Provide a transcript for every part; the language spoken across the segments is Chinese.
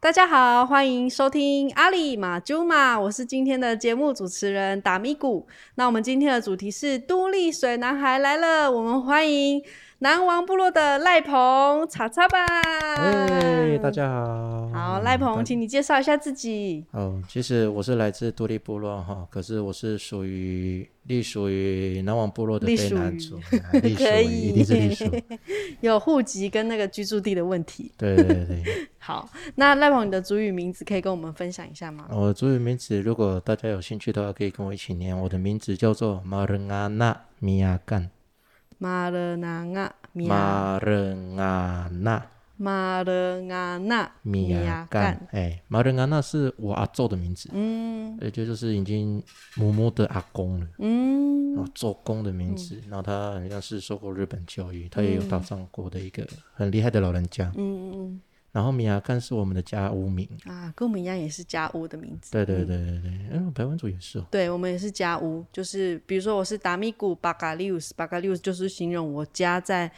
大家好，欢迎收听阿里马朱马，我是今天的节目主持人达咪咕。那我们今天的主题是都丽水男孩来了，我们欢迎南王部落的赖鹏查查吧。哎，大家好。好，赖鹏，请你介绍一下自己。哦，其实我是来自独立部落哈，可是我是属于隶属于南王部落的隶卑属南于 族，哎隶属可于以一定是隶属。有户籍跟那个居住地的问题。对对对对，好，那赖鹏，你的主语名字可以跟我们分享一下吗？我的族语名字，如果大家有兴趣的话，可以跟我一起念。我的名字叫做马仁阿纳米亚干，马勒那亚米亚马仁阿纳马勒那啊纳米亚干，，哎，马仁阿纳是我阿祖的名字，嗯也就就是已经嬷嬷的阿公了。嗯，然后周公的名字，然后他好像是受过日本教育，他也有打仗过的一个很厉害的老人家。嗯嗯然后米亚干是我们的家屋名，嗯啊，跟我们一样也是家屋的名字。对对对对对，嗯、台湾族也是哦，对，我们也是家屋，就是比如说我是达米古巴嘎利乌斯，巴嘎利乌斯就是形容我家在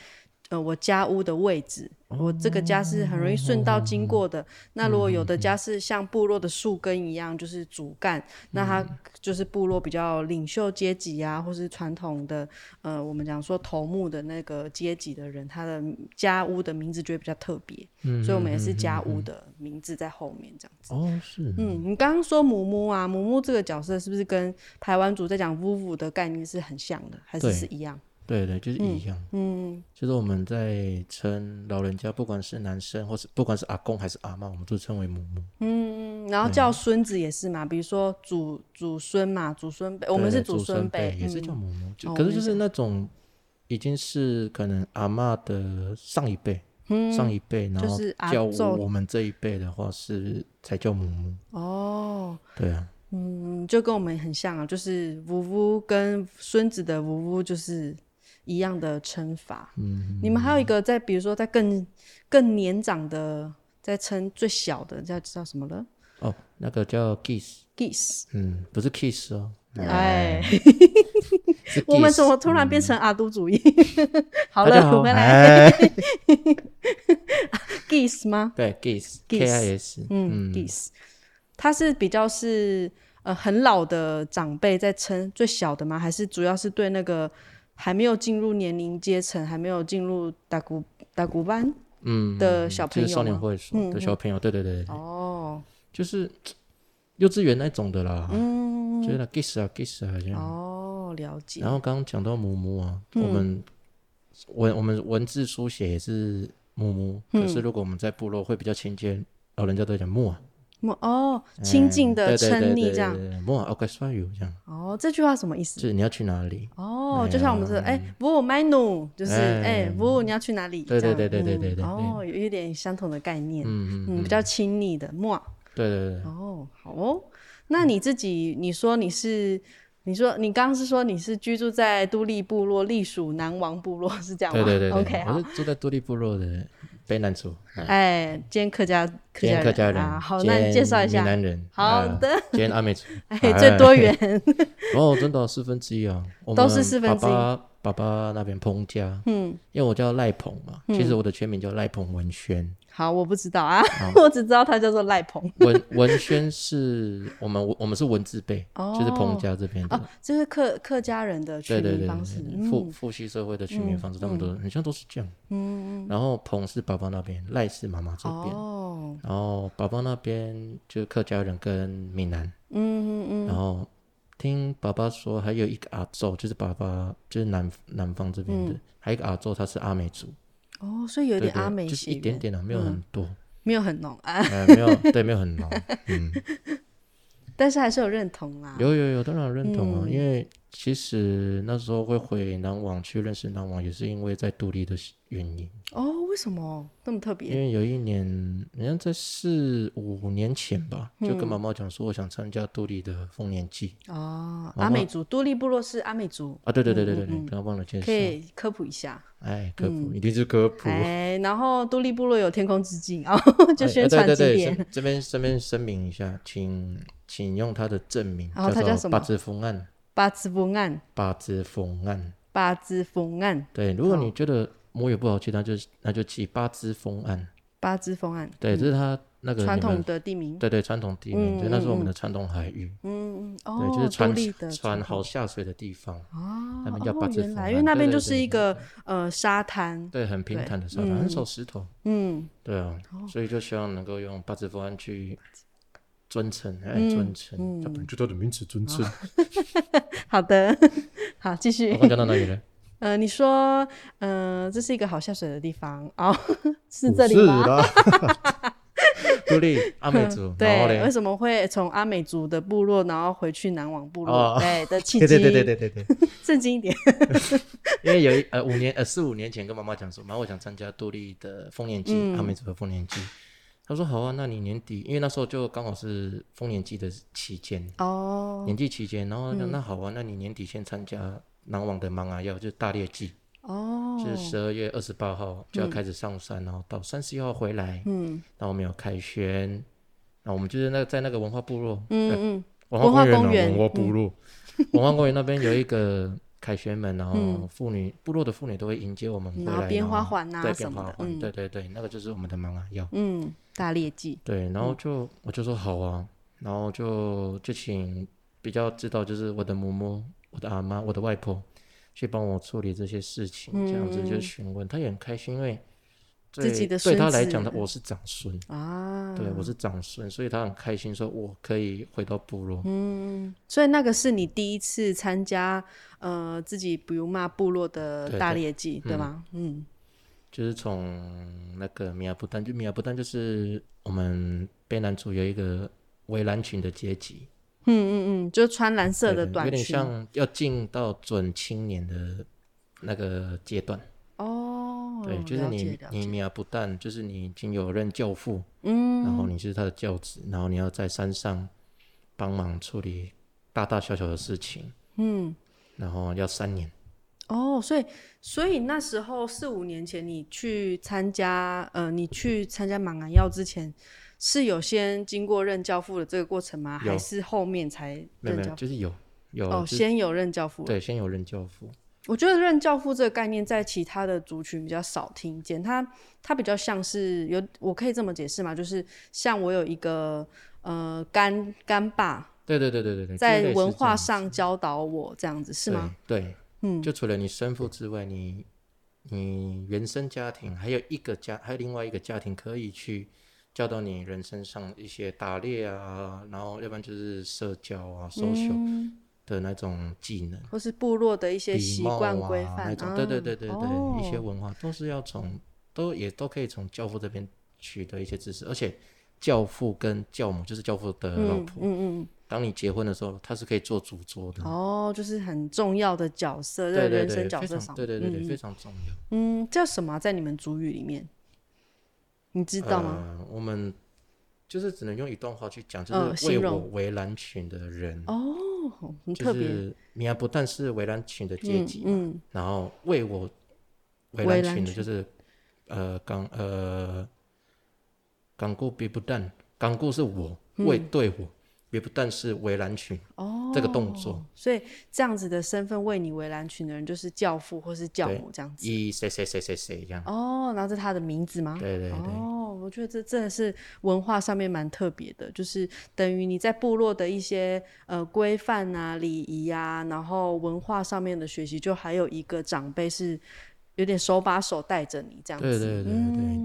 呃我家屋的位置，我这个家是很容易顺道经过的。那如果有的家是像部落的树根一样，就是主干，那它就是部落比较领袖阶级啊，或是传统的呃我们讲说头目的那个阶级的人，他的家屋的名字就会比较特别，所以我们也是家屋的名字在后面这样子。哦是，嗯，你刚刚说母母啊，母母这个角色是不是跟台湾族在讲 “vu vu” 的概念是很像的，还是对是一样？对对，就是一样，嗯，就是我们在称老人家，不管是男生或是不管是阿公还是阿妈，我们都称为母母，嗯，然后叫孙子也是嘛，比如说祖祖孙嘛，祖孙辈，我们对是对祖孙辈，也是嗯叫母母，就哦可我是也就是那种已经是可能阿妈的上一辈。上一辈，然嗯就后是阿叫祖我我们这一辈的话是才叫母母，哦，对啊，嗯，就跟我们很像啊，就是 “vu vu” 跟孙子的 “vu vu” 就是一样的称法。嗯，你们还有一个在，比如说在更更年长的，在称最小的叫叫什么了哦，那个叫 kiss， ？geese。嗯，不是 kiss 哦，哎，是 kiss, 我们怎么突然变成阿都主义？ 好嗯大家了，我们来 啊哎 geese 吗？对 kiss Kiss k i s，嗯，geese，它是比较是呃很老的长辈在称最小的吗？还是主要是对那个还没有进入年龄阶层、还没有进入打鼓打鼓班嗯，的小朋就是友少年吗？嗯会所的小朋友，对对对，对哦，就是幼稚园那种的啦，嗯，就是那 kiss 啊 kiss 啊这样。哦，了解。然后刚刚讲到母母啊，嗯我们文我们文字书写也是母母，嗯可是如果我们在部落会比较亲切，老人家都讲木啊，么哦，亲近哎的对对对称昵对这样。对对木啊，OK，算有这样，哦，这句话什么意就思？是你要去哪里？哦，就像我们说，哎，不，麦努，就是哎，不，你要去哪里？嗯对这样对对对对对嗯对哦，有一点相同的概念，嗯嗯，嗯，比较亲昵的，莫。对对对。哦，好哦。那你自己，你说你是，你说你刚刚是说你是居住在都立部落，隶属南王部落，是这样吗对对对对 o k 好我。是住在多利部落的卑南族，哎哎，今天客家客今天客家人，啊，好，今那天你介绍一闽下。南人，好啊， 的，，今天阿美族 哎，最多元哦，真的四分之一啊，我都是们四分之一爸爸爸爸那边彭家，嗯，因为我叫赖鹏嘛，嗯其实我的全名叫赖鹏文轩，好，我不知道啊， 我只知道他叫做赖鹏文 文轩是我们我们是文字辈，就是彭家这边的，哦，这是客客家人的取对对名对方式嗯对，对，父父系社会的取名方式，他们都很像都是这样，嗯，然后鹏是爸爸那边，赖是妈妈这边。哦，然后宝宝那边就是客家人跟闽南，嗯嗯然后听爸爸说还有一个阿昼，就是爸爸就是南南方这边的，还有一个阿昼他是阿美族，嗯，哦，所以有对点对嗯阿美就是系嗯一元，点点啊，没有很 多，没有很浓啊，呃，没有对，没有很浓，嗯，但是还是有认同啦。有有有，当然认同啊，嗯因为其实那时候会回南网去认识南网，也是因为在独立的原因，哦，为什么那么特因别？为有一年好像在四五年前吧，就跟妈妈讲说我想参加独立的丰年祭。嗯哦，妈阿美族多利部落是阿美族，啊，对对对对对对，刚刚忘了介嗯可绍。以科普一下。哎，科普一定是科普。哎，然后多利部落有天空之镜哦，就哎宣哎传对几对对点。是这边这边声明一下，请请用他的证明，然后哦他叫什做么八字风案，八字风案，八字风案。八字风案，对，如果你觉得母语不好记，那就那就记八字风案。八字风案。对，这是他那个嗯传你们统的地名，对对传统地名，对，那是我们的传统海域，嗯，嗯哦，对，就是独立船的船传统好下水的地方，啊那边叫八哦，字原符来嘛因为那对边对就是对一个呃沙滩， 对，很平对坦的沙滩，很少石头，嗯，对啊，所以就希望能够用八字符案去尊称，哎，嗯尊称，它本来就它的名词尊称。好的， 好，继续我。刚讲到哪里了？呃，你说，呃，这是一个好下水的地方哦， 是不这里是吗？啦，独立阿美族，然 对，后为嘞，什么会从阿美族的部落，然后回去南往部落？哦对 的契对机，对对对对对对，正经一点。因为有一呃五年呃四五年前跟妈妈讲说，妈我想参加独立的丰年祭，阿美族的丰年祭。她说好啊，那你年底，因为那时候就刚好是丰年祭的期间，哦年祭期间，然后就那好啊，那你年底先参加南网的芒阿耀，就是大猎祭，哦，嗯就是十二月二十八号就要开始上山，然后到三十一号回来，嗯，那我们有凯旋，那我们就是那在那个文化部落，呃嗯嗯，文化文化公公园园嗯啊，文化部落，文化公园那边有一个凯旋门，然后妇女、部落的妇女都会迎接我们回然后来，编嗯然花后环啊对，什编么花的环，对对对，那个就是我们的芒啊药，嗯，大猎季，对，然嗯后就、我就说好啊，然后就就请比较知道就是我的嬷嬷、我的阿妈、我的外婆去帮我处理这些事情，这样子就询问，她也很开心，因为嗯自己对的对她孙来子讲，她我是长孙，啊，对我是长孙，所以她很开心，说我可以回到部落。嗯所以那个是你第一次参加呃自己比如骂部落的对大对猎季，对吗？嗯，就是从那个米亚布丹，就米亚布丹就是我们卑南族有一个围栏裙的阶级，嗯嗯嗯，就穿蓝色的对对短有点裙像要进到准青年的那个阶段。哦，对，就是了解你了你解，米亚布丹，就是你已经有任教父，嗯然后你是他的教子，然后你要在山上帮忙处理大大小小的事情，嗯，然后要三年。哦，所以所以那时候四五年前你去参加呃你去参加马兰药之前。是有先经过任教父的这个过程吗？有还是后面才没任有没教有，父？就是有有、哦，就是先有任教父，对，先有任教父。我觉得“任教父”这个概念在其他的族群比较少听见，它它比较像是有，我可以这么解释嘛，就是像我有一个呃干干爸对对对对对对，就是类在似文嗯这化样上教导我这样子，是吗？对？对，嗯，就除了你生父之外，你你原生家庭还有一个家，还有另外一个家庭可以去教导你人生上一些打猎啊，然后要不然就是社交啊、social 的那种技能、或是部落嗯的一些礼习貌惯规啊那范种，对对对对对，哦一些文化都是要从都也都可以从教父这边取得一些知识，而且教父跟教母就是教父的老嗯婆，嗯嗯，当你结婚的时候，他是可以做主桌的。哦，就是很重要的角色，在对对人对，生非角常色上，对对对对，非常重要，嗯，叫什么啊、在你们族语里面，你知道吗？呃我们就是只能用一段话去讲，呃就是形为我容围栏群的人，哦，很就特别，是米亚不但是围栏群的阶级嘛，嗯嗯然后为我围围栏栏群的就是呃港呃港固比不但港固是我为对我，比不但是围栏群嗯哦，这个动作，所以这样子的身份为你围栏群的人就是教父或是教母这样子。一谁谁谁谁谁一样，哦，然后这是他的名字吗？对对对。哦，我觉得这真的是文化上面蛮特别的，就是等于你在部落的一些呃规范啊、礼仪啊，然后文化上面的学习，就还有一个长辈是有点手把手带着你这样子。对嗯对对对对对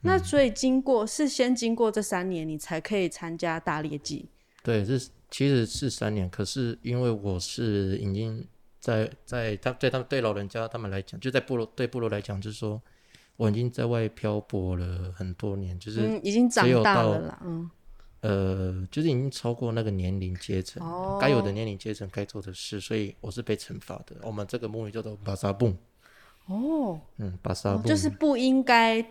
那所以经过是先经过这三年，你才可以参加大猎祭。对，这是其实是三年，可是因为我是已经在在他对他们对老人家他们来讲，就在部落对部落来讲，就是说我已经在外漂泊了很多年，就是、嗯，已经长只有大到了啦。嗯，呃，就是已经超过那个年龄阶层，哦该有的年龄阶层该做的事，所以我是被惩罚的。我们这个母语叫做巴沙蹦，哦，嗯，巴沙哦蹦、就是不应该，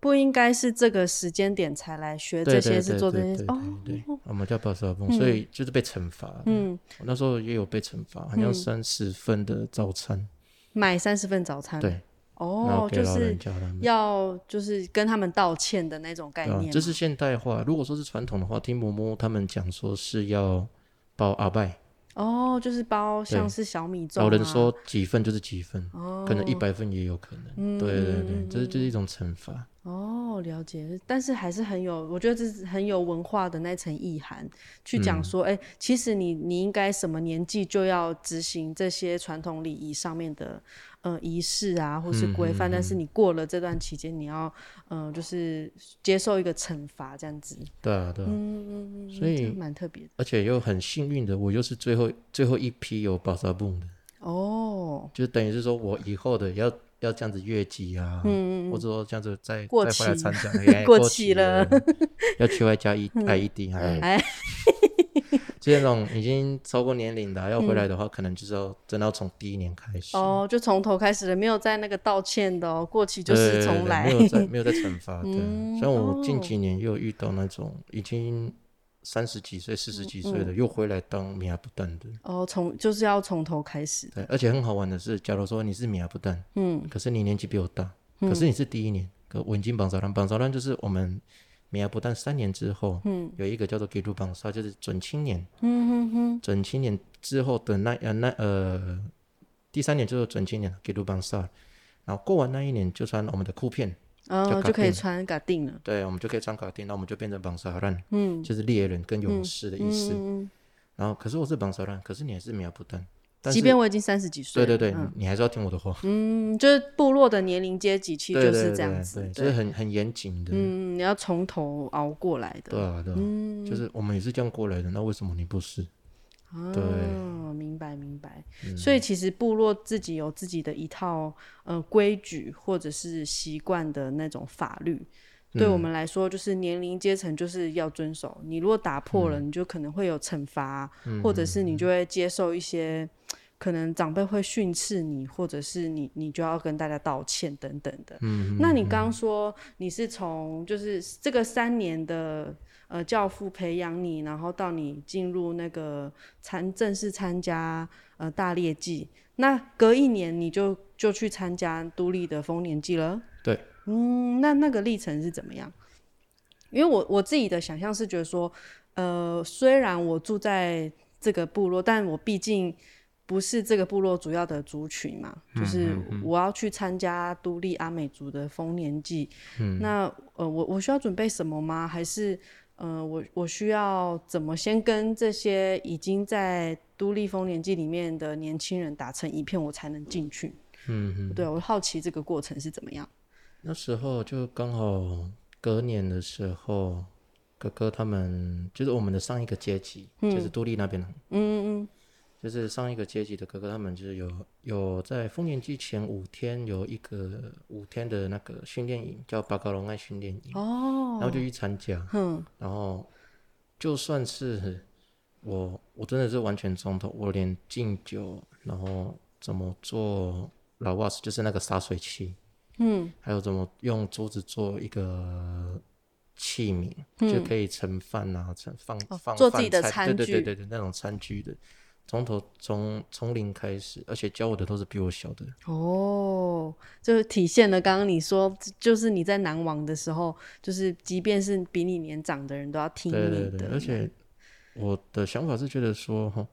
不应该是这个时间点才来学这对对些，对是做这对些事对哦。嗯对对，我们叫巴沙蹦，所以就是被惩罚。嗯，我那时候也有被惩罚，好嗯像三十份的早餐，买三十份早餐，对，然后哦，给就老人是家他们。要就是跟他们道歉的那种概嗯对啊念，这嘛是现代化。如果说是传统的话，听嬷嬷他们讲说是要包阿拜，哦，就是包像是小米粥、啊。哦老人说几份嗯就是几份，可能一百份也有可能。对对对，这是就是一种惩罚。哦，哦，了解，但是还是很有，我觉得这是很有文化的那层意涵，去嗯讲说，哎、其实你你应该什么年纪就要执行这些传统礼仪上面的呃仪式啊，或是规嗯范，但是你过了这段期间，你要呃就是接受一个惩罚这样子，对啊，对啊，嗯嗯嗯，所以这蛮特别的而且又很幸运的，我又是最后最后一批有 b a s a b o o 的，哦，就等于是说我以后的要要这样子越级啊，嗯嗯，或者说这样子再过再回来期 参加，哎过期期了，要去外 加 E I E D，哎哎，就那种已经超过年龄的啊要回来的话，可能就是要真的要从第一年开始，哦，就从头开始了，没有在那个道歉的哦，过期就对，对是对重对来，没有在没有在 惩罚的。嗯像我近哦几年又遇到那种已经三十几岁、四十几岁嗯的，又回来当米亚布蛋的。哦，从就是要从头开始，对，而且很好玩的是，假如说你是米亚布蛋，嗯可是你年纪比我大，可是你是第一年，可我已经绑沙兰，绑沙兰就是我们米亚布蛋三年之后，嗯有一个叫做给鲁绑沙，就是准青年，嗯哼哼，准青年之后的那呃那呃第三年就是准青年给鲁绑沙，然后过完那一年就穿我们的裤片。嗯，搞就可以定穿嘎定了，对，我们就可以穿卡丁，那我们就变成绑沙烂，嗯就是猎人跟勇士的意思。嗯，然后，可是我是绑沙烂，可是你还是苗不丹，但即是便我已经三十几岁对了，对对，嗯你还是要听我的话，嗯，就是部落的年龄阶级其实对就对是对这样对子对，，就是对，很很严谨的，嗯，你要从头熬过来的，对啊对啊，就是我们也是这样过来的，那为什么你不是？对哦，明白明白。所以其实部落自己有自己的一套呃规矩或者是习惯的那种法律。对我们来说，就是年龄阶层就是要遵守。你如果打破了，你就可能会有惩罚，或者是你就会接受一些可能长辈会训斥你，或者是你你就要跟大家道歉等等的。嗯，那你刚刚说你是从就是这个三年的呃教父培养你，然后到你进入那个参正式参加呃大猎季，那隔一年你就就去参加都立的丰年祭了。对，嗯，那那个历程是怎么样？因为我我自己的想象是觉得说，呃，虽然我住在这个部落，但我毕竟不是这个部落主要的族群嘛，就是我要去参加独立阿美族的丰年祭，那呃，我我需要准备什么吗？还是呃，我我需要怎么先跟这些已经在独立丰年祭里面的年轻人打成一片，我才能进去？嗯嗯，对我好奇这个过程是怎么样？那时候就刚好隔年的时候，哥哥他们就是我们的上一个阶级，就是都立那边的，嗯嗯就是上一个阶级的哥哥，他们就是有有在丰年祭前五天有一个五天的那个训练营，叫巴高龙安训练营，嗯，哦，然后就去参加，哼，然后就算是我，我真的是完全中头，我连敬酒，然后怎么做老瓦斯，就是那个洒水器，嗯，还有怎么用桌子做一个器皿，就可以盛饭啊，盛放嗯哦放做自己的饭菜餐对对具对对对，那种餐具的，从头从从零开始，而且教我的都是比我小的，哦，就是体现了刚刚你说，就是你在南网的时候，就是即便是比你年长的人都要听对你对的，对，而且我的想法是觉得说，哈，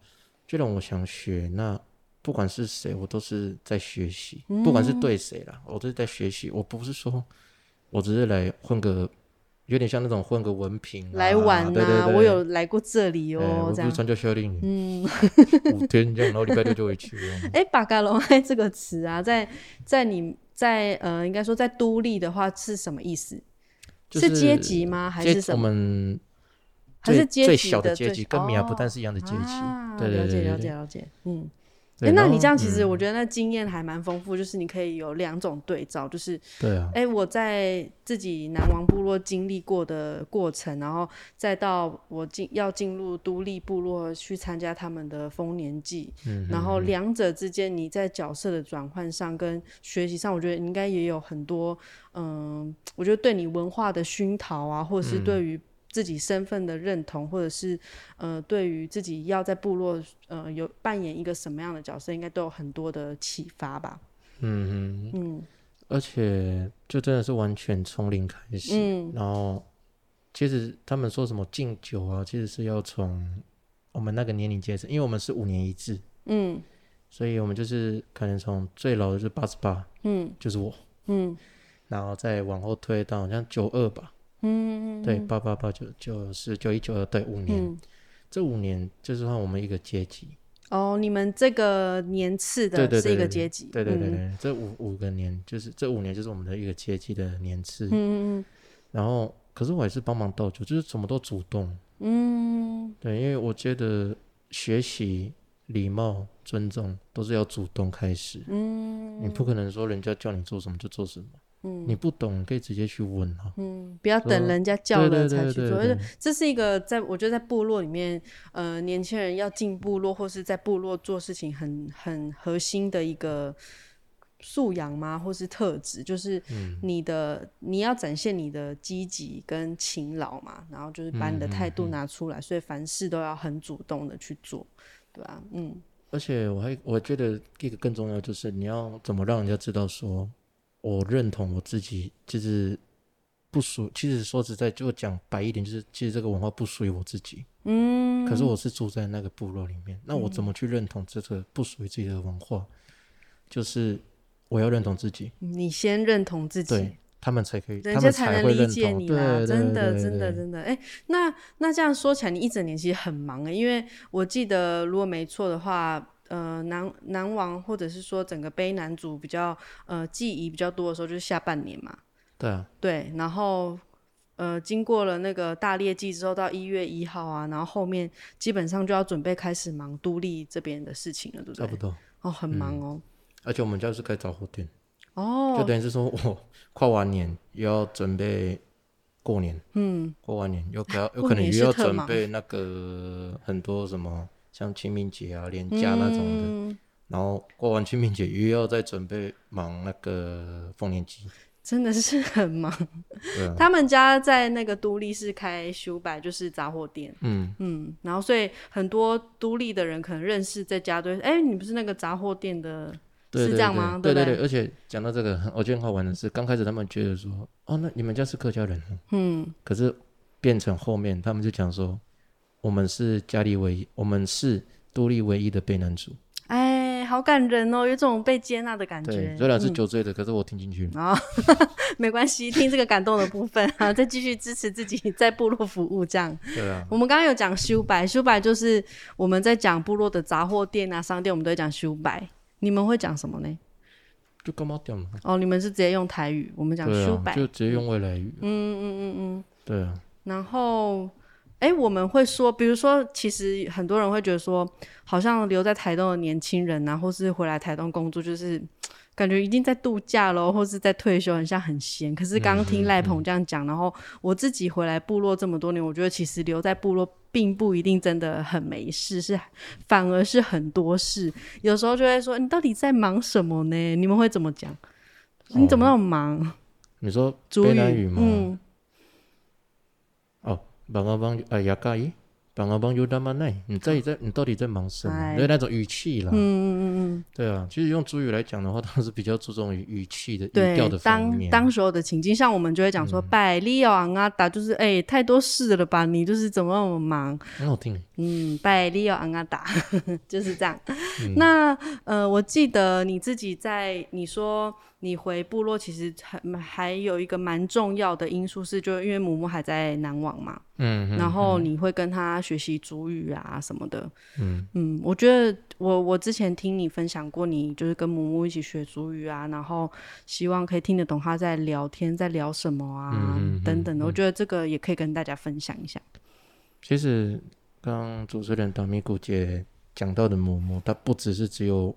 既然我想学，那不管是谁，我都是在学习，嗯不管是对谁啦，我都是在学习。我不是说我只是来混个，有点像那种混个文凭、啊，来玩对对对，我有来过这里哎哦，我这不是样。传教校令，嗯， 五天这样，然后礼拜六就回去 了。哎，巴嘎龙爱这个词啊，在在你在呃，应该说在都立的话是什么意思？就是阶级吗？还阶是什我么？们还最是阶最级小的的阶最级，跟米亚不哦但是一样的阶级啊，，对对了解对了对解对。了解，嗯。对哎，那然你后嗯这样其实我觉得那经验还蛮丰富，就是你可以有两种对照，就是对啊，哎、我在自己南王部落经历过的过程，然后再到我进要进入独立部落去参加他们的丰年祭，嗯然后两者之间你在角色的转换上跟学习上，我觉得应该也有很多，嗯，我觉得对你文化的熏陶啊，或者是嗯对于自己身份的认同，或者是呃，对于自己要在部落呃有扮演一个什么样的角色，应该都有很多的启发吧。嗯嗯。嗯而且就真的是完全从零开始。嗯然后，其实他们说什么敬酒啊，其实是要从我们那个年龄阶层，因为我们是五年一制，嗯所以我们就是可能从最老的就是八十八，嗯就是我，嗯，然后再往后推到好像九二吧，嗯，对，八八八九九十九一九二，对，五年，嗯，这五年就是算我们一个阶级，哦，你们这个年次对的对是对一个对阶级，对对对嗯对，这五五个年就是这五年就是我们的一个阶级的年次，嗯然后可是我还是帮忙倒酒，就是什么都主动，嗯对，因为我觉得学习、礼貌、尊重都是要主动开始，嗯你不可能说人家叫你做什么就做什么，嗯你不懂你可以直接去问啊，嗯，不要等人家叫对了对才对去对做，而且对这是一个在我觉得在部落里面，呃，年轻人要进部落或是在部落做事情很很核心的一个素养吗？或是特嗯质，就是你的、你要展现你的积极跟勤劳嘛，然后就是把你的态嗯度拿出来，所以凡事都要很主动的去做，对吧、嗯而且我还我觉得一个更重要就是你要怎么让人家知道说，我认同我自己，就是不属。其实说实在，就讲白一点，就是其实这个文化不属于我自己，嗯，可是我是住在那个部落里面，那我怎么去认同这个不属于自己的文化？就是我要认同自己，你先认同自己，对他们才可以，人他家们才能会理认解同。你啦，对，真的，对真的，。真的。哎、那那这样说起来，你一整年其实很忙哎、因为我记得如果没错的话，呃，南南王或者是说整个卑南族比较呃记忆比较多的时候，就是下半年嘛，对啊，对，然后。呃，经过了那个大猎季之后，到一月一号啊，然后后面基本上就要准备开始忙都立这边的事情了，对不差对？不多。嗯哦，很忙哦。而且我们家是开杂货店，哦，就等于是说我跨完年又要准备过年，嗯，过完年又可要有过可能年又要是特准忙备那个很多什么像清明节啊、年假那种的，然后过完清明节又要再准备忙那个丰年祭，真的是很忙。对啊 他们家在那个都立是开修百，就是杂货店。嗯，嗯，然后所以很多都立的人可能认识这家对，哎、你不是那个杂货店的，对是对这样吗？对不对，而且讲到这个，很我觉得很好玩的是，刚开始他们觉得说，哦，那你们家是客家人哦，嗯，可是变成后面他们就讲说，我们是家里唯一，我们是都立唯一的被男主。哎，好感人哦，有种被接纳的感对，觉。嗯虽然是酒醉的，可是我听进去了。然后没关系，听这个感动的部分 啊，再继续支持自己在部落服务这样。对啊，我们刚刚有讲修百，修百就是我们在讲部落的杂货店啊、商店，我们都会讲修百。你们会讲什么呢？就干嘛掉嘛？哦，你们是直接用台语，我们讲对修啊，百。就直接用未来语。嗯嗯嗯嗯，对啊，然后，哎，我们会说，比如说，其实很多人会觉得说，好像留在台东的年轻人啊，或是回来台东工作，就是嘖感觉已经在度假喽，或是在退休，很像很闲。可是刚刚嗯听赖鹏这样讲，然后我自己回来部落这么多年，我觉得其实留在部落。并不一定真的很没事，是反而是很多事。有时候就会说你到底在忙什么呢？你们会怎么讲？你怎么那么忙？你说主哦卑南语语，吗？嗯，哦，帮阿帮哎呀嘎伊，帮阿帮尤达曼奈，你在在你到底在忙什么？哎对那种语气啦。嗯嗯嗯嗯，对啊，其实用主语来讲的话，当然是比较注重于语气的语对调的，方当面。嗯当时候的情境，像我们就会讲说，百利昂啊达，就是哎、太多事了吧，你就是怎么那么忙？很好听。嗯，百利昂啊达， 就是这样。嗯那呃，我记得你自己在你说你回部落，其实还还有一个蛮重要的因素是，就是因为母母还在南网嘛，嗯，然后你会跟他学习主语啊什么的。嗯我觉得我我之前听你分享过，你就是跟母母一起学主语啊，然后希望可以听得懂他在聊天，在聊什么嗯啊、等等的。我觉得这个也可以跟大家分享一下。其实刚主持人达米古姐讲到的母母，它不只是只有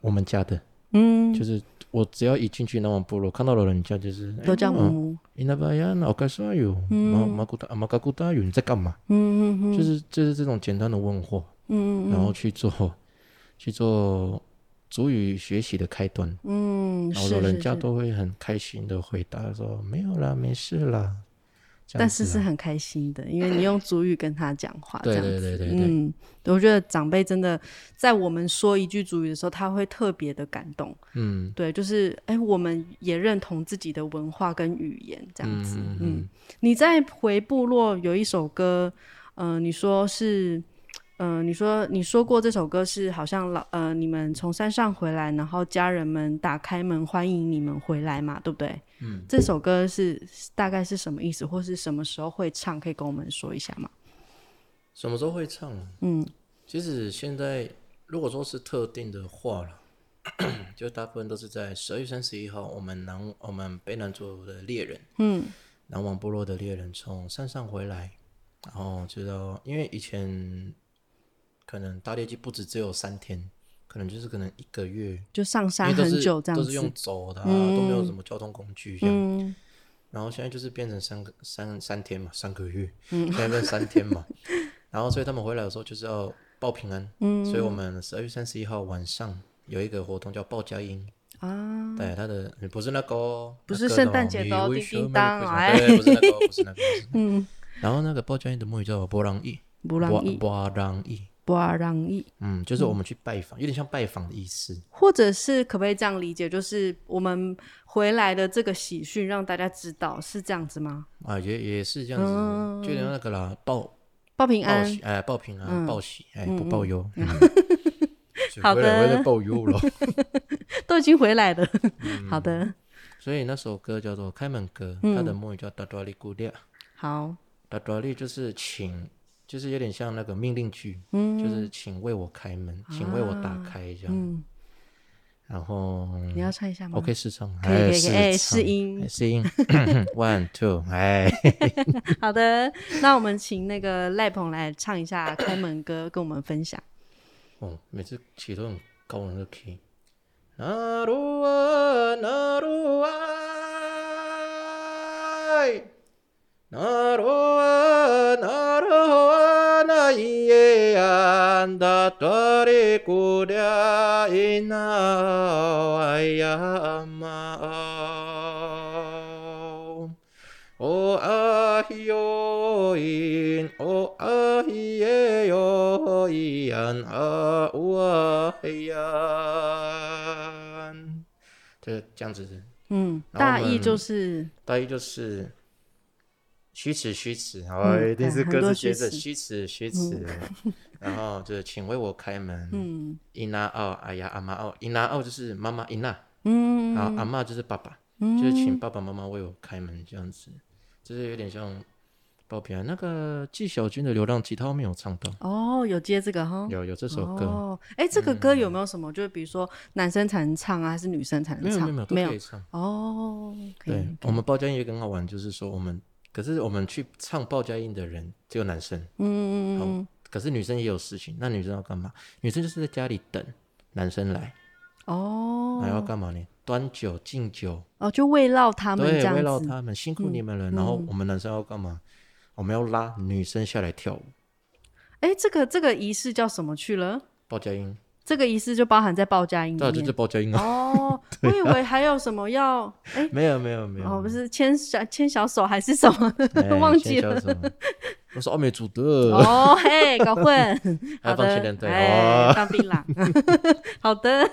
我们家的，嗯，就是我只要一进去那往部落，看到了人家就是都叫母母，伊那巴呀，那我干啥哟？马马古达马嘎古达哟，你在干嘛？嗯嗯嗯，就是就是这种简单的问话，嗯嗯，然后去做去做主语学习的开端，嗯，然是后是人家是，都会很开心的回答说没有啦，没事啦，这样但是子是啊很开心的，因为你用主语跟他讲话，这对样对子。对对对，嗯，我觉得长辈真的在我们说一句主语的时候，他会特别的感动。嗯对，就是哎、我们也认同自己的文化跟语言这样子。嗯，呃你在回部落有一首歌，嗯、你说是嗯、你说你说过这首歌是好像老呃，你们从山上回来，然后家人们打开门欢迎你们回来嘛，对不对？嗯，这首歌是大概是什么意思，或是什么时候会唱，可以跟我们说一下吗？什么时候会唱、啊？嗯，其实现在如果说是特定的话了， 就大部分都是在十二月三十一号，我们南我们北南族的猎人，嗯，南王部落的猎人从山上回来，然后就到，因为以前可能打猎季不止只有三天，可能就是可能一个月，就上因为山都很是久这样都是子嗯用，走的、啊，都没有什么交通工具这样。然后现在就是变成三个三三天嘛，三个月，嗯现在变成三天嘛。然后所以他们回来的时候就是要报平安，嗯所以我们十二月三十一号晚上有一个活动叫报佳音。啊，对，他的不是那个哦，不那是个圣什诞么节，We 的哦 wish 叮 you 叮 Merry 当 Christmas，哎对，不是那个哦，不是那个，嗯。然后那个报佳音的母语叫波浪意，不让意，波浪意，不啊让意。嗯，就是我们去拜访，有点像拜访的意思。或者是可不可以这样理解，就是我们回来的这个喜讯让大家知道，是这样子吗？啊，也也是这样子，就像那个啦，报报嗯平报安，嗯喜，哎，报平安，报喜，哎，不报忧。 嗯所以好回来我的在报忧 了。 都已经回来了。嗯好的，所以那首歌叫做《开门歌》，嗯它的母语叫“达多利古列好，”，达多利就是请，就是有点像那个命令句，嗯就是请为我开门，啊请为我打开这样。然后嗯你要唱一下吗？我可以试唱，可以可以哎可以试哎唱试音哎试音 ，one two，哎， 好的，那我们请那个赖鹏来唱一下开门歌，跟我们分享。哦，每次起都很高的那个 key。那鲁啊，那鲁啊，那鲁啊，那鲁啊，那伊耶安达多里古俩伊那哎呀嘛。おあひよいん、おあひえよいやん、あうわやん。就是这样子，嗯，然后我大们意就是大意就是虚词虚词，然后一定是嗯很歌多虚词接着词嗯虚词虚词，然后就是请为我开门。嗯，伊那奥，哎呀阿妈奥，伊那奥就是妈妈伊那，嗯，然后阿妈就是爸爸，嗯就是请爸爸妈妈为我开门这样子，就是有点像报平安。那个纪晓君的《流浪记》，他后面有唱到，哦，有接这个哈。有有这首歌，嗯哦，哎，这个歌有没有什么？就是比如说男生才能唱啊，还是女生才没能有没唱？有没有都可以唱。哦，可对以，我们报佳音也很好玩，就是说我们，可是我们去唱报佳音的人只有男生，嗯嗯嗯，可是女生也有事情，那女生要干嘛？女生就是在家里等男生来，哦然后要干嘛呢？端酒敬酒，哦，就慰劳他们这对，样慰劳子。嗯他们，辛苦你们了。然后我们男生要干嘛？我们要拉女生下来跳舞，哎，这个这个仪式叫什么去了？报佳音，这个仪式就包含在报佳音对啊，里就面。是报佳音啊，，哦，我以为还有什么要哎 没有没有没有，哦，不是牵小牵小手还是什么？哎 忘记。先叫什么我是奥美族的， 哦嘿，搞混，好还有放情的人，对哎，哦，当槟榔，好的。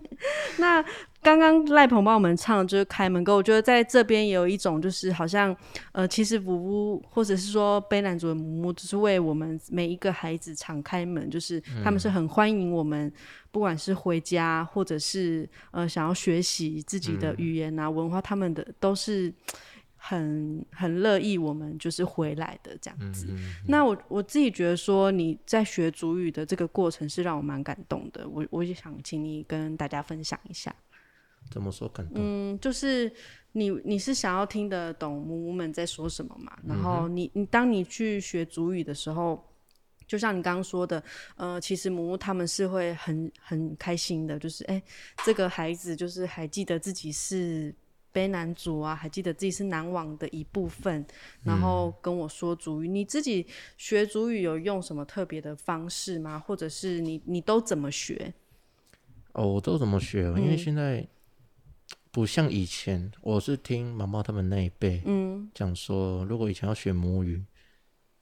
那刚刚赖鹏帮我们唱的就是开门歌，我觉得在这边也有一种就是好像呃，其实母母或者是说卑南族的母母，就是为我们每一个孩子敞开门，就是嗯他们是很欢迎我们，不管是回家或者是呃想要学习自己嗯的语言啊、文化，他们的都是。很很乐意我们就是回来的这嗯样子。那我我自己觉得说你在学主语的这个过程是让我蛮感动的，我我也想请你跟大家分享一下。怎么说感动？嗯，就是你你是想要听得懂母母们在说什么嘛？嗯然后你你当你去学主语的时候，就像你刚刚说的，呃，其实母母他们是会很很开心的，就是哎、这个孩子就是还记得自己是。卑南族啊，还记得自己是南网的一部分，嗯然后跟我说主语。你自己学主语有用什么特别的方式吗？或者是你你都怎么学？哦，我都怎么学哦？因为现在不像以前，我是听妈妈他们那一辈，嗯，讲说如果以前要学母语，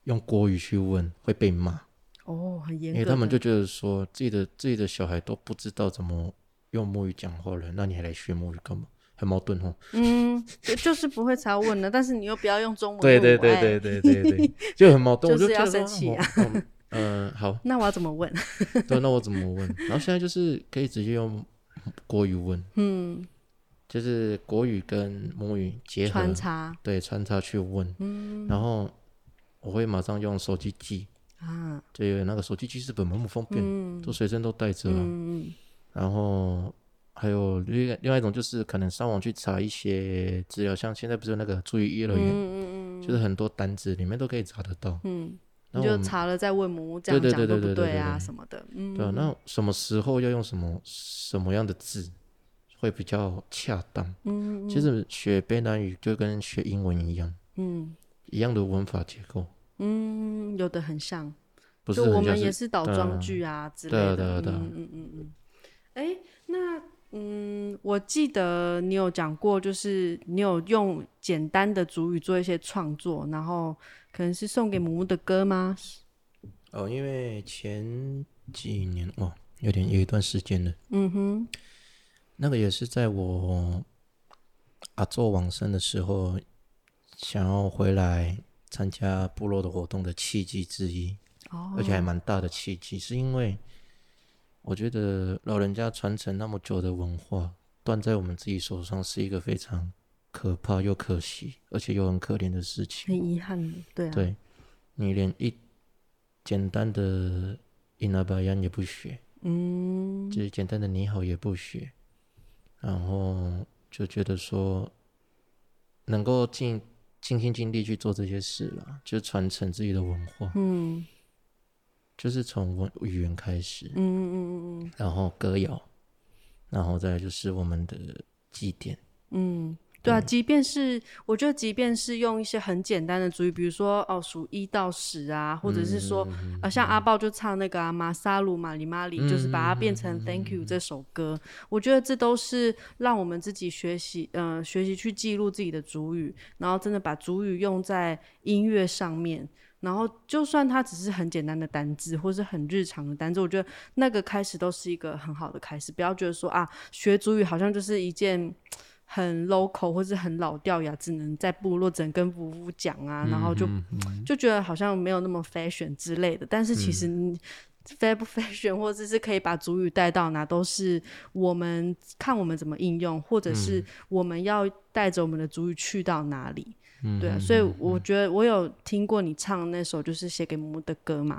用国语去问会被骂，哦，很严因格为的，他们就觉得说自己的自己的小孩都不知道怎么用母语讲话了，那你还来学母语干嘛？很矛盾哦。嗯，就就是不会才问的，但是你又不要用中文。对对对哎， 对对对对，就很矛盾。就是我觉得要生气啊！我我嗯、好，那我要怎么问？对，那我怎么问？ 然后现在就是可以直接用国语问，嗯，就是国语跟母语结合，穿插对，穿插去问，嗯，然后我会马上用手机记，啊，对，那个手机记事本蛮不方便，嗯都随身都带着啊、嗯嗯然后还有另外另外一种就是可能上网去查一些资料，像现在不是有那个注意幼儿园，嗯嗯就是很多单子里面都可以查得到。嗯，那你我就们查了再问母母，这对样讲对对对对不对对对啊对什么的，嗯，对啊，那什么时候要用什么什么样的字会比较恰当？嗯其实学北南语就跟学英文一样，嗯一样的文法结构，嗯，有的很像，不是就我很像们也是是倒对啊装句啊之类对啊的，对啊对啊嗯嗯嗯嗯，哎、那嗯，我记得你有讲过，就是你有用简单的主语做一些创作，然后可能是送给母母的歌吗？哦，因为前几年哇，有点有一段时间了。嗯哼，那个也是在我阿做往生的时候，想要回来参加部落的活动的契机之一，哦而，且还蛮大的契机，是因为我觉得老人家传承那么久的文化，断在我们自己手上是一个非常可怕又可惜，而且又很可怜的事情。很遗憾，对啊，对你连一简单的伊那巴扬也不学，嗯就是简单的你好也不学，然后就觉得说能够尽尽心尽力去做这些事了，就传承自己的文化，嗯就是从文语言开始嗯，嗯嗯嗯然后歌谣，然后再来就是我们的祭典，嗯。对啊，即便是我觉得，即便是用一些很简单的主语，比如说哦，数一到十啊，或者是说、啊，像阿豹就唱那个啊，马萨鲁马里马里，就是把它变成 Thank You 这首歌。我觉得这都是让我们自己学习，呃，学习去记录自己的主语，然后真的把主语用在音乐上面。然后，就算它只是很简单的单字，或是很日常的单字，我觉得那个开始都是一个很好的开始。不要觉得说啊，学主语好像就是一件很 local 或是很老掉牙，只能在部落只能跟夫妇讲啊，然后就、就觉得好像没有那么 fashion 之类的。但是其实你 fa 不 fashion，或者是可以把主语带到哪，都是我们看我们怎么应用，或者是我们要带着我们的主语去到哪里。对啊，所以我觉得我有听过你唱那首就是写给母母的歌嘛，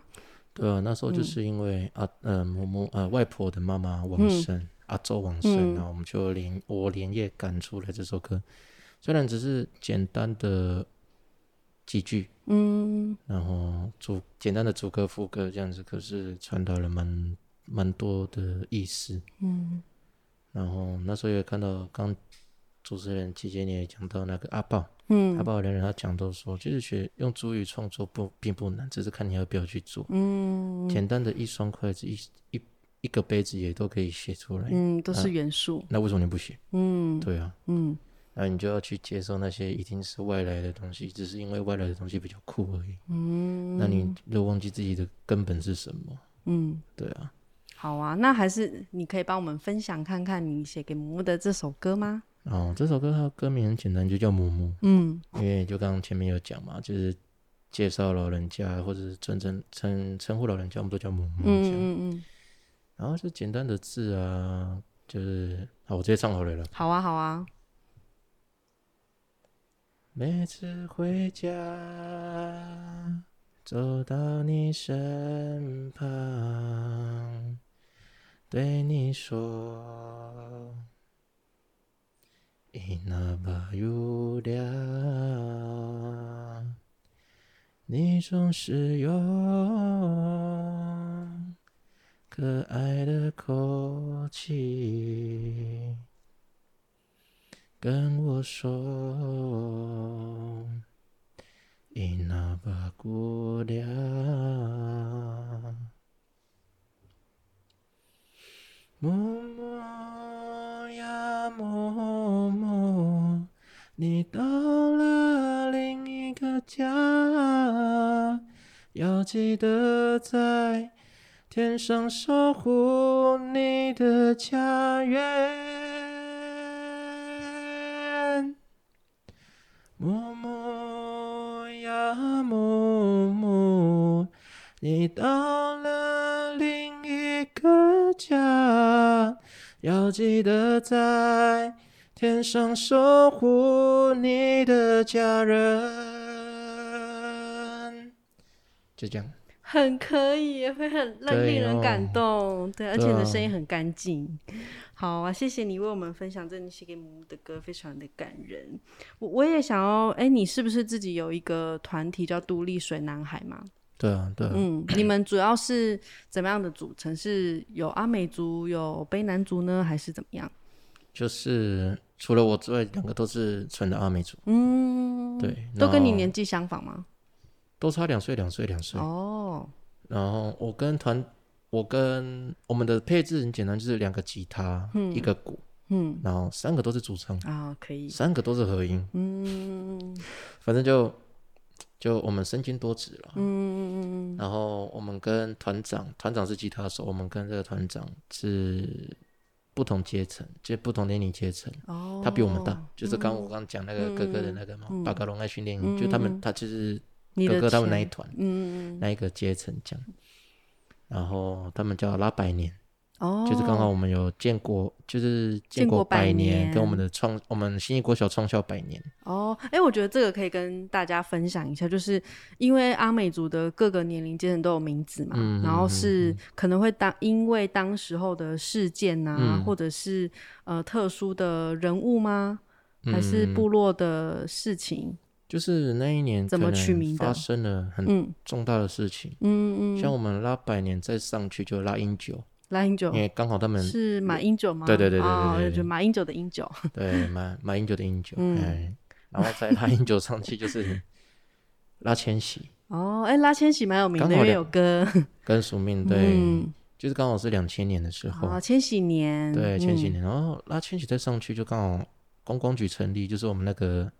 对啊，那时候就是因为阿呃母母呃外婆的妈妈往生，阿周往生，然后我们就连我连夜赶出来这首歌，虽然只是简单的几句，嗯，然后主简单的主歌副歌这样子，可是传达了蛮蛮多的意思，嗯，然后那时候也看到刚主持人期间你也讲到那个阿豹，嗯，阿豹人人他讲到说，就是学用主语创作不并不难，只是看你要不要去做，嗯，简单的一双筷子一一一个杯子也都可以写出来，嗯，都是元素，那为什么你不写？嗯对啊，嗯然后你就要去接受那些一定是外来的东西，只是因为外来的东西比较酷而已，嗯那你就忘记自己的根本是什么，嗯，对啊，好啊，那还是你可以帮我们分享看看你写给母母的这首歌吗？哦，这首歌它歌名很简单，就叫《母母》。嗯因为就刚刚前面有讲嘛，就是介绍老人家或者是尊称称称呼老人家，我们都叫母母嗯这样。嗯嗯，然后就简单的字啊，就是好，我直接唱好了啦。好啊好啊，每次回家，走到你身旁，对你说，伊那巴有了，你总是用可爱的口气。跟我说，伊那巴姑娘，默默呀默默，你到了另一个家，要记得在天上守护你的家园。默默呀默默，你到了另一个家，要记得在天上守护你的家人。就这样，很可以，会很让对令人感哦动，对，而且对你的啊声音很干净。好啊，谢谢你为我们分享这你写给母母的歌，非常的感人。我我也想要，哎、你是不是自己有一个团体叫独立水男孩嘛？对啊，对啊，嗯，你们主要是怎么样的组成？是有阿美族、有卑南族呢，还是怎么样？就是除了我之外，两个都是纯的阿美族，嗯，对，都跟你然后年纪相仿吗？都差两岁，两岁，两岁。哦，然后我跟团，我跟我们的配置很简单，就是两个吉他，一个鼓，嗯，然后三个都是主唱，啊，可以，三个都是合音，嗯反正就 就我们身兼多职了。嗯，然后我们跟团长，团长是吉他手，我们跟这个团长是不同阶层，就不同年龄阶层。哦，嗯他比我们大，就是刚我刚讲那个哥哥的那个嘛，巴嘎隆爱训练营，就他们他就是你哥的哥他们那一钱团嗯，那一个阶层这样。然后他们叫拉百年，哦，就是刚好我们有建国，就是建国国百百年跟我们的创，我们新义国小创校百年。哦，哎、我觉得这个可以跟大家分享一下，就是因为阿美族的各个年龄阶层都有名字嘛，嗯然后嗯是可能会当因为当时候的事件呐、嗯或者是呃特殊的人物吗？还是嗯部落的事情？就是那一年怎么可能取名的发生了很嗯重大的事情，嗯嗯，像我们拉百年再上去就拉英九，拉英九因为刚好他们哦是马英九吗？对对对对对哦对就马英九的英九，对买买英九的英九，嗯哎，然后再拉英九上去就是拉千玺哦，哎、拉千玺蛮有名的，刚好因为两有 歌，跟署名，对，嗯，就是刚好是两千年的时候，啊，千禧年，对，千禧嗯年，然后拉千禧再上去就刚好观光局成立，就是我们那个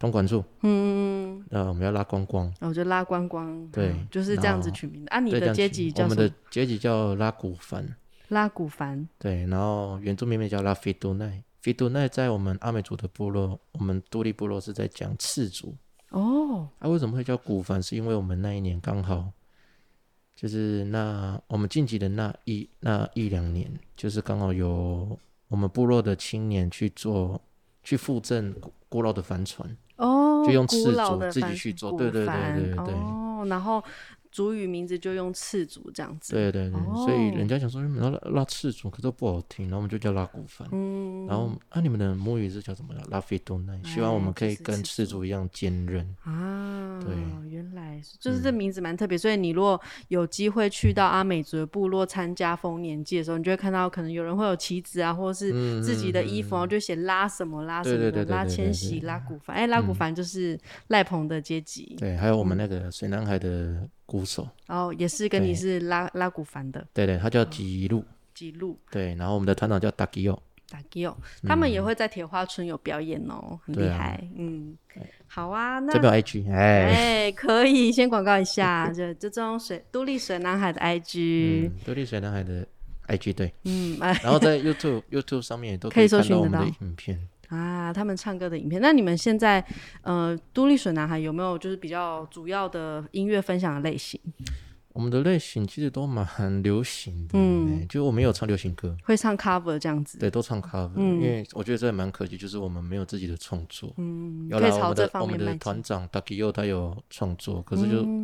东莞处，嗯，嗯嗯呃，我们要拉观光，然后就拉光光，对嗯就是这样子然后取名的。啊，你对这的样阶取级名叫我什们么的？阶级叫拉古凡，拉古凡，对，然后原住民名叫拉菲杜奈，菲杜奈在我们阿美族的部落，我们都立部落是在讲赤族，哦，啊，为什么会叫古凡？是因为我们那一年刚好，就是那我们晋级的那一那一两年，就是刚好有我们部落的青年去做去附赠古古老的帆船，哦，就用古赤老族的自己帆去做古对对对帆对对对哦，然后族语名字就用赤族这样子。对对对，所以哦人家想说你嗯们拉拉赤族，可都不好听，然后我们就叫拉古凡。嗯，哎然后啊，你们的母语是叫什么？拉菲多奈，希望我们可以跟赤族一样坚韧。啊，对嗯原来是就是这名字蛮特别，所以你如果有机会去到阿美族的部落参加丰年祭的时候，你就会看到可能有人会有旗子啊，或者是嗯自己的嗯衣服，然后就写拉什么拉什对么对的，对对拉对千对禧、对嗯拉古凡。哎，拉古凡就是赖鹏的阶级，对，还有我们嗯那个水南海的鼓手，然后也是跟对你是拉拉古凡的对对，他哦叫吉路，记录。对，然后我们的团长叫达吉奥，打 g i 他们也会在铁花村有表演哦，很厉嗯对啊害。嗯，好啊，那这边有 IG，哎，哎，可以先广告一下，就就这种水独立水男孩的 IG，嗯，对立水男孩的 IG 对，嗯，哎 然后在 YouTube YouTube 上面也都可以搜看寻到得我们的到影片。啊，他们唱歌的影片。那你们现在呃，独立水男孩有没有就是比较主要的音乐分享的类型？我们的类型其实都蛮流行的，嗯哎就我们有唱流行歌，会唱 cover 这样子？对，都唱 cover，、因为我觉得这也蛮可惜，就是我们没有自己的创作。嗯，有可啦，以我朝们这的方我们面的迈团进。嗯长 d a k i o 他有创作，可是就、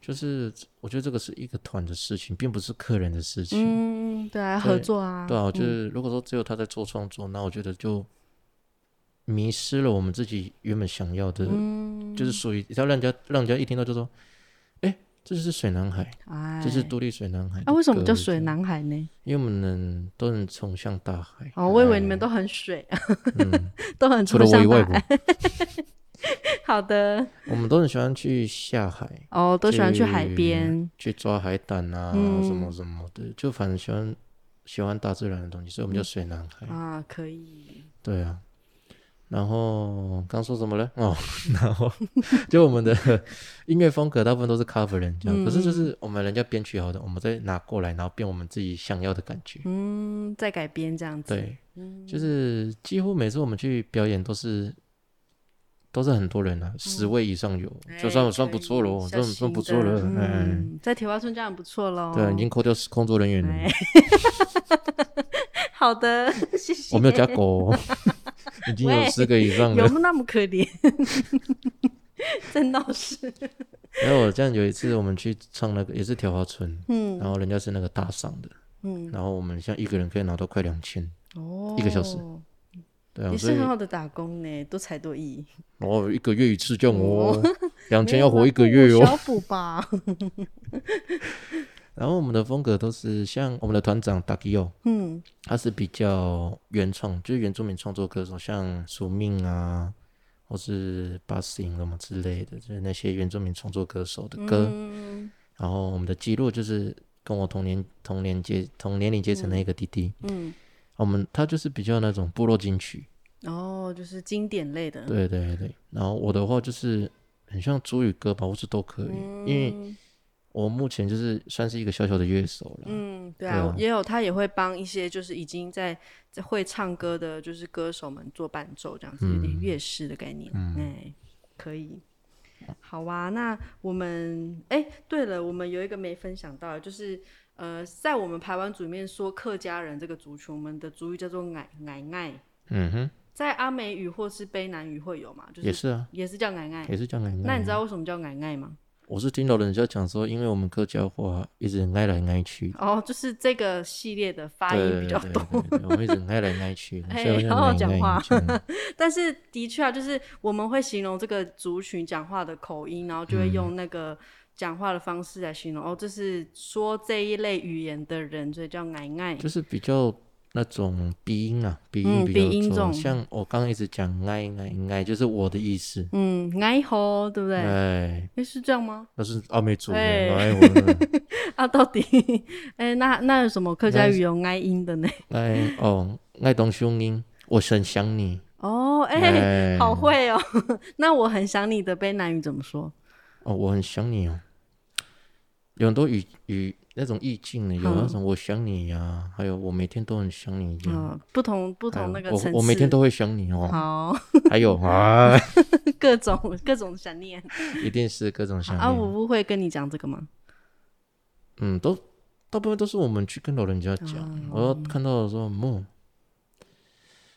就是我觉得这个是一个团的事情，并不是个人的事情。嗯，对啊，合作啊，对啊，我觉得如果说只有他在做创作，那我觉得就迷失了我们自己原本想要的，嗯就是属于要让人家让人家一听到就说，哎、这就是水男孩，哎，这是独立水男孩。啊，为什么叫水？男孩呢？因为我们能都能冲向大海。哦，我以为哎你们都很水， 嗯都很除抽了我以象外大不，爱。 好的，我们都很喜欢去下海。哦，都喜欢去去海边。去抓海胆啊，嗯什么什么的，就反正喜欢喜欢大自然的东西，所嗯以我们叫水男孩。啊，可以，对啊，然后刚说什么呢？哦， 然后就我们的 音乐风格大部分都是 cover 人家，可是就是我们人家编曲好的，我们再拿过来，然后变我们自己想要的感觉。嗯，再改编这样子，对，就是几乎每次我们去表演都是都是很多人啊，十位以上有，就哎算我算不错喽，算算不错了，哎，嗯，在铁花村这样很不错喽。对啊，已经扣掉工作人员了，哎 好的，谢谢。我没有加狗 哦，已经有喂十个以上有了。那么可怜， 真闹事。然后我这样有一次我们去唱那个也是条花村，嗯，然后人家是那个大赏的，嗯，然后我们像一个人可以拿到快两千，哦一个小时对啊，也所是以很好的打工呢，多才多艺。然后一个月一次这样哦，两千没有要活啦一个月不哦我。小补吧。然后我们的风格都是像我们的团长 d a k i o 嗯他是比较原创，就是原住民创作歌手，像署命啊，或是 Busing 什么之类的，就是那些原住民创作歌手的歌。嗯然后我们的基洛就是跟我同年同年阶同年龄阶层的一个弟弟，嗯，我们他就是比较那种部落金曲， 哦，就是经典类的。对对对。然后我的话就是很像主语歌吧，我是都可以，因为嗯我目前就是算是一个小小的乐手了。嗯，对对啊啊，也有他也会帮一些就是已经在在会唱歌的，就是歌手们做伴奏这样子，有嗯点乐师的概念。哎，可以。好啊，那我们哎，对了，我们有一个没分享到，就是呃，在我们排湾族里面说客家人这个族群，我们的族语叫做矮矮矮，嗯哼，在阿美语或是卑南语会有嘛，就也是是啊，也是叫矮矮。也是这嗯样的。哎那你知道为什么叫矮矮吗？我是听到人家讲说，因为我们客家话一直挨来挨去，哦，就是这个系列的发音对比对较对多。对对，我们一直挨来挨 去，哎所以好好我就讲挨话挨去。但是的确啊，就是我们会形容这个族群讲话的口音，然后就会嗯用那个讲话的方式来形容。哦，这是说这一类语言的人，所以叫奶奶。就是比较那种鼻音啊，鼻嗯音比鼻音较重重。像我刚刚一直讲挨挨挨，就是我的意思。嗯，奶吼，对不对？哎、哎，是这样吗？那是阿美族的，哎哎我的 啊，到底， 哎、那那有什么客家语有哀音的呢？哎哦，爱东兄音，我很想你。哦，哎、哎，好会哦。 那我很想你的卑南语怎么说？哦，我很想你哦，有很多语语那种意境嗯呢，有那种我想你呀、还有我每天都很想你一样。嗯、不同不还有同那个层次。哎嗯我我每天都会想你哦，好， 还有啊，各种各种想念。一定是各种想啊，我念，不会跟你讲这个吗？嗯，都大部分都是我们去跟老人家嗯讲，我看到的时候，梦，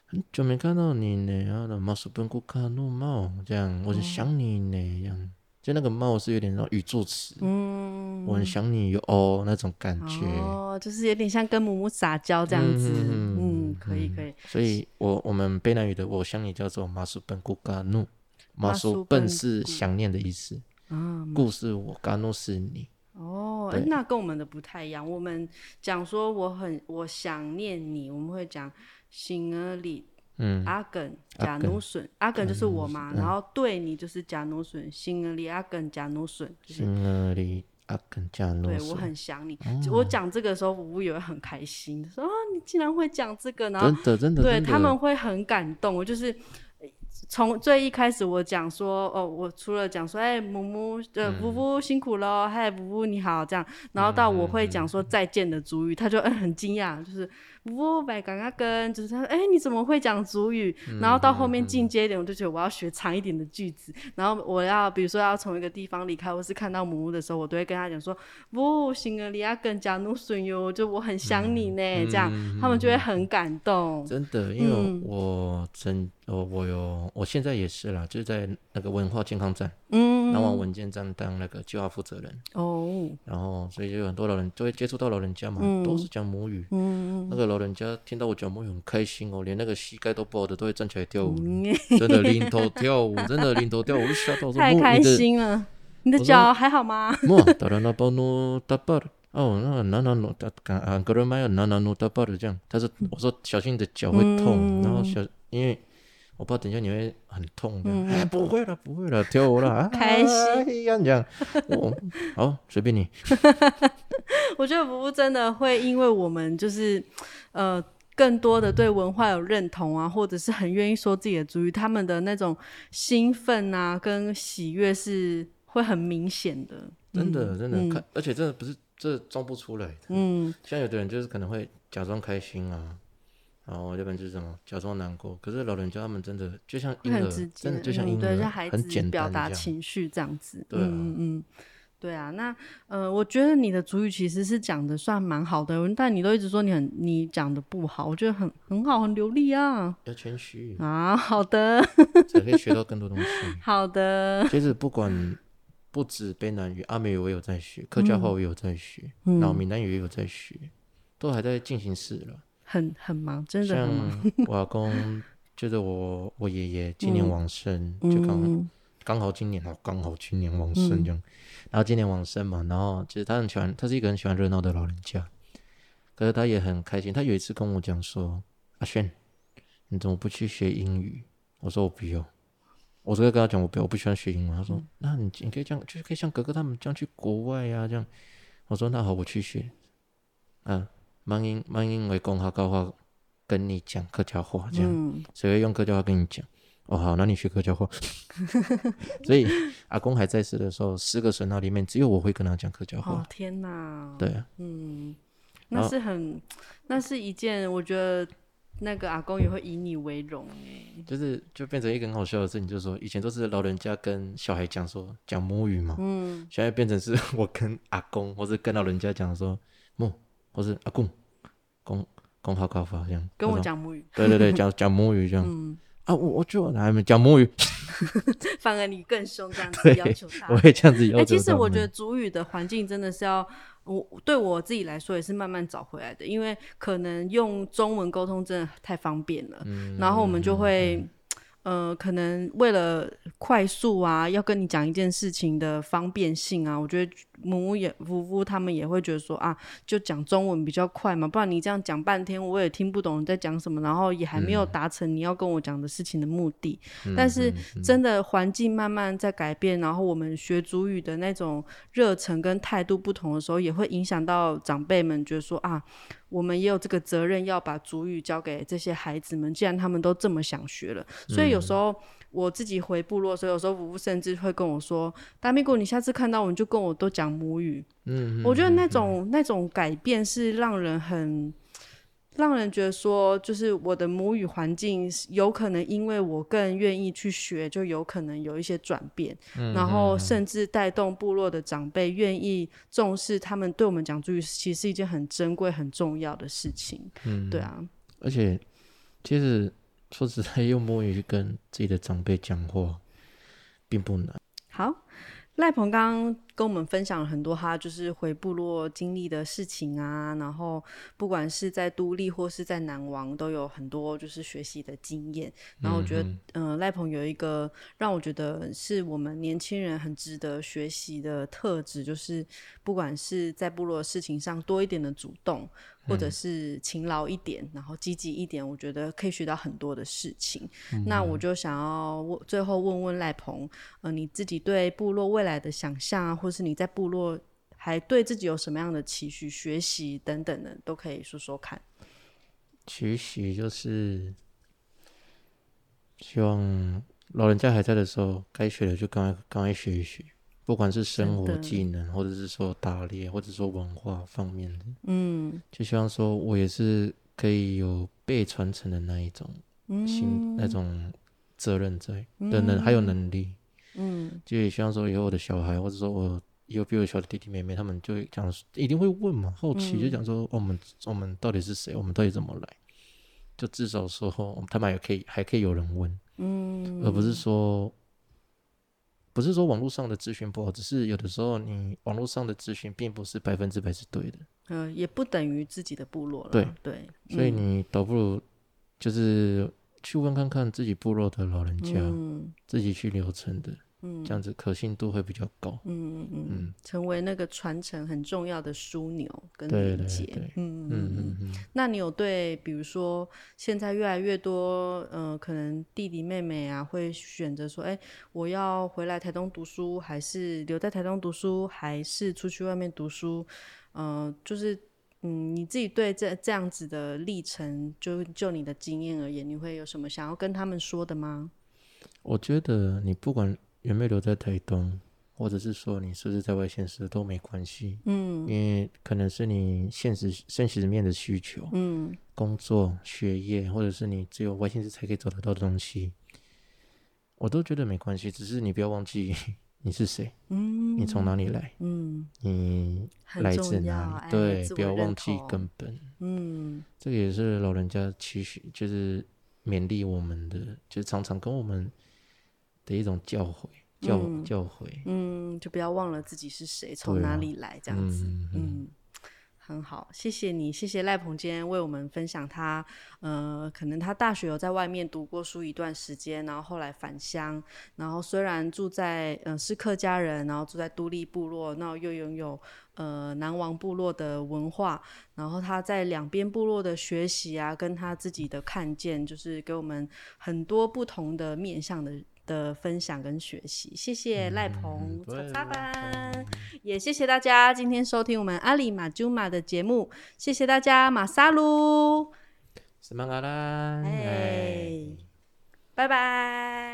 很久没看到你呢，啊，马苏本古卡诺帽这样，我很想你呢，这样，就那个帽是有点那种语助词，嗯，我很想你哦那种感觉，哦，就是有点像跟母母撒娇这样子。嗯嗯，可以可以。所以我我们卑南语的我想你叫做马苏本古卡诺，马苏本是想念的意思，啊，故是我，卡诺是你。哦，诶对那跟我们的不太一样。我们讲说我很我想念你，我们会讲醒儿里嗯，阿梗阿嗯贾梗努笋，阿梗就是我嘛，然后对你就是贾努笋，醒儿里阿梗贾努笋，就是心儿里啊阿肯加诺对我斯，很想你。哦我讲这个的时候，我也会很开心，说啊，你竟然会讲这个，然后真的真的，对真的他们会很感动。我就是呃从最一开始我讲说，哦，我除了讲说，哎，母母，呃，嗯布布辛苦喽，嗨，布布你好，这样，然后到我会讲嗯说再见的主语，他就嗯很惊讶，就是布布百嘎嘎根，就是他说，哎，你怎么会讲主语？嗯然后到后面进阶一点，我就觉得我要学长一点的句子，然后我要比如说要从一个地方离开，或是看到母母的时候，我都会跟他讲说，不行啊，你要更加努损哟，就我很想你呢，嗯这样他们就会很感动。真的，因为嗯我真我我有我现在也是啦，就是在那个文化健康站，嗯，然后往文件站当那个计划负责人，哦，然后所以就有很多老人就会接触到老人家嘛，都是讲母语，嗯，那个老人家听到我讲母语很开心哦，连那个膝盖都不好的都会站起来跳舞，嗯真的领头跳舞，真的领头跳舞，我就吓到我说太母开语的心了。你的我说脚还好吗？ 莫达拉那巴诺达巴尔哦，那那那诺达敢啊，格伦迈尔那那诺达巴尔这样。他说，我说小心你的脚会痛，然后小因为我怕等一下你会很痛这样。哎，不会了，不会了，跳舞了，啊开心哎呀，你讲，我好随便你。我觉得不布真的会因为我们就是，呃，更多的对文化有认同啊，或者是很愿意说自己的主语，他们的那种兴奋啊跟喜悦是会很明显的。真的，真的，看，而且真的不是这装不出来的。嗯，像有的人就是可能会假装开心啊，然后要不然就是什么假装难过。可是老人家他们真的就像会婴很儿直，接，真的就像嗯婴对，儿，像孩很子简表单达这样。情绪这样子。对啊嗯嗯嗯，对啊。那呃，我觉得你的主语其实是讲的算蛮好的，但你都一直说你很你讲的不好，我觉得很很好，很流利啊。要谦 虚，啊，好的，才可以学到更多东西。好的，其实不管不止卑南语、阿美语，我也有在学；客家话嗯我也有在学，然后闽南语也有在学，都还在进行式了。很很忙，真的像很忙。 我阿公，就是我我爷爷今年往生，就刚嗯，刚好今年哦，刚好今年往生这样。然后今年往生嘛，然后其实他很喜欢，他是一个很喜欢热闹的老人家，可是他也很开心。他有一次跟我讲说：“阿轩，你怎么不去学英语？”我说：“我不用。”我直接跟他讲：“我不要，我不喜欢学英文。”他说：“嗯那你你可以这样，就是可以像格格他们这样去国外呀、这样。”我说：“那好，我去学。”啊，慢英慢英为公哈高话跟你讲客家话这样。嗯，谁会用客家话跟你讲？哦，好，那你学客家话。 所以阿公还在世的时候，十个神道里面只有我会跟他讲客家话。哦天哪，对啊，嗯，那然后是很，那是一件我觉得那个阿公也会以你为荣哎。就是就变成一个很好笑的事情，就是说以前都是老人家跟小孩讲说讲母语嘛，嗯，现在变成是 我跟阿公或是跟老人家讲说母，或是阿公公公好高啊法这样。跟我那种，讲母语，对对对，讲讲母语这样。嗯，啊，我我就来讲母语，反而你更凶 这样子要求他我。会这样子要哎、求他其们。实我觉得主语的环境真的是要，我对我自己来说也是慢慢找回来的，因为可能用中文沟通真的太方便了，嗯然后我们就会，呃，可能为了快速啊，要跟你讲一件事情的方便性啊，我觉得母也夫妇他们也会觉得说啊，就讲中文比较快嘛，不然你这样讲半天我也听不懂你在讲什么，然后也还没有达成你要跟我讲的事情的目的，但是真的环境慢慢在改变，然后我们学主语的那种热忱跟态度不同的时候，也会影响到长辈们，觉得说啊，我们也有这个责任要把主语交给这些孩子们，既然他们都这么想学了，所以有时候。我自己回部落的时候，有时候夫妇甚至会跟我说：“大咪姑，你下次看到我们就跟我都讲母语。”嗯，嗯，我觉得那种那种改变是让人很。让人觉得说，就是我的母语环境是有可能因为我更愿意去学，就有可能有一些转变，嗯然后甚至带动部落的长辈愿意重视他们对我们讲主语，其实是一件很珍贵、很重要的事情。嗯，对啊，而且，其实说实在，用母语跟自己的长辈讲话，并不难。好，赖鹏刚刚跟我们分享了很多他就是回部落经历的事情啊，然后不管是在都立或是在南王，都有很多就是学习的经验。然后我觉得，嗯、呃，赖鹏有一个让我觉得是我们年轻人很值得学习的特质，就是不管是在部落的事情上多一点的主动，或者是勤劳一点，然后积极一点，我觉得可以学到很多的事情。那我就想要问，最后问问赖鹏，呃，你自己对部落未来的想象啊，或是你在部落还对自己有什么样的期许、学习等等的，都可以说说看。其实就是希望老人家还在的时候，该学的就赶快赶快学一学，不管是生活真的技能，或者是说打猎，或者说文化方面的，嗯就希望说我也是可以有被传承的那一种嗯心、那种责任在的能，还有能力。嗯，就也希望说以后我的小孩，或者说我以后比我小的弟弟妹妹，他们就会讲，一定会问嘛，好奇就嗯讲说、哦我们我们到底是谁，我们到底怎么来，就至少说哦他们还可以还可以有人问，嗯，而不是说不是说网络上的资讯不好，只是有的时候你网络上的资讯并不是百分之百是对的，呃，也不等于自己的部落了。对对，所以嗯你倒不如就是去问看看自己部落的老人家，嗯自己去流程的，嗯这样子可信度会比较高。嗯嗯嗯嗯，成为那个传承很重要的枢纽跟对连对接。对，嗯嗯嗯嗯。嗯嗯。那你有对，比如说现在越来越多，呃，可能弟弟妹妹啊，会选择说，哎、我要回来台东读书，还是留在台东读书，还是出去外面读书？呃，就是，嗯，你自己对这这样子的历程，就就你的经验而言，你会有什么想要跟他们说的吗？我觉得你不管有没有留在台东，或者是说你是不是在外县市都没关系，嗯因为可能是你现实现实面的需求，嗯工作、学业，或者是你只有外县市才可以找得到的东西，我都觉得没关系。只是你不要忘记 你是谁，嗯你从哪里来，嗯，你很来重自要哪哎里，对，自不要我认忘记同根本。嗯这个也是老人家期许，就是勉励我们的，就是常常跟我们的一种教诲，教、嗯教诲。嗯，就不要忘了自己是谁，从对哪啊里来，这样子。嗯嗯，很好，谢谢你，谢谢赖鹏今天为我们分享他，呃，可能他大学有在外面读过书一段时间，然后后来返乡，然后虽然住在呃是客家人，然后住在都立部落，那又拥有呃南王部落的文化，然后他在两边部落的学习啊，跟他自己的看见，就是给我们很多不同的面向的。的分享跟学习，谢谢嗯赖鹏，对拜拜。也谢谢大家今天收听我们阿里马朱玛的节目，谢谢大家，马萨鲁，嗯什么阿啦？哎哎，拜拜。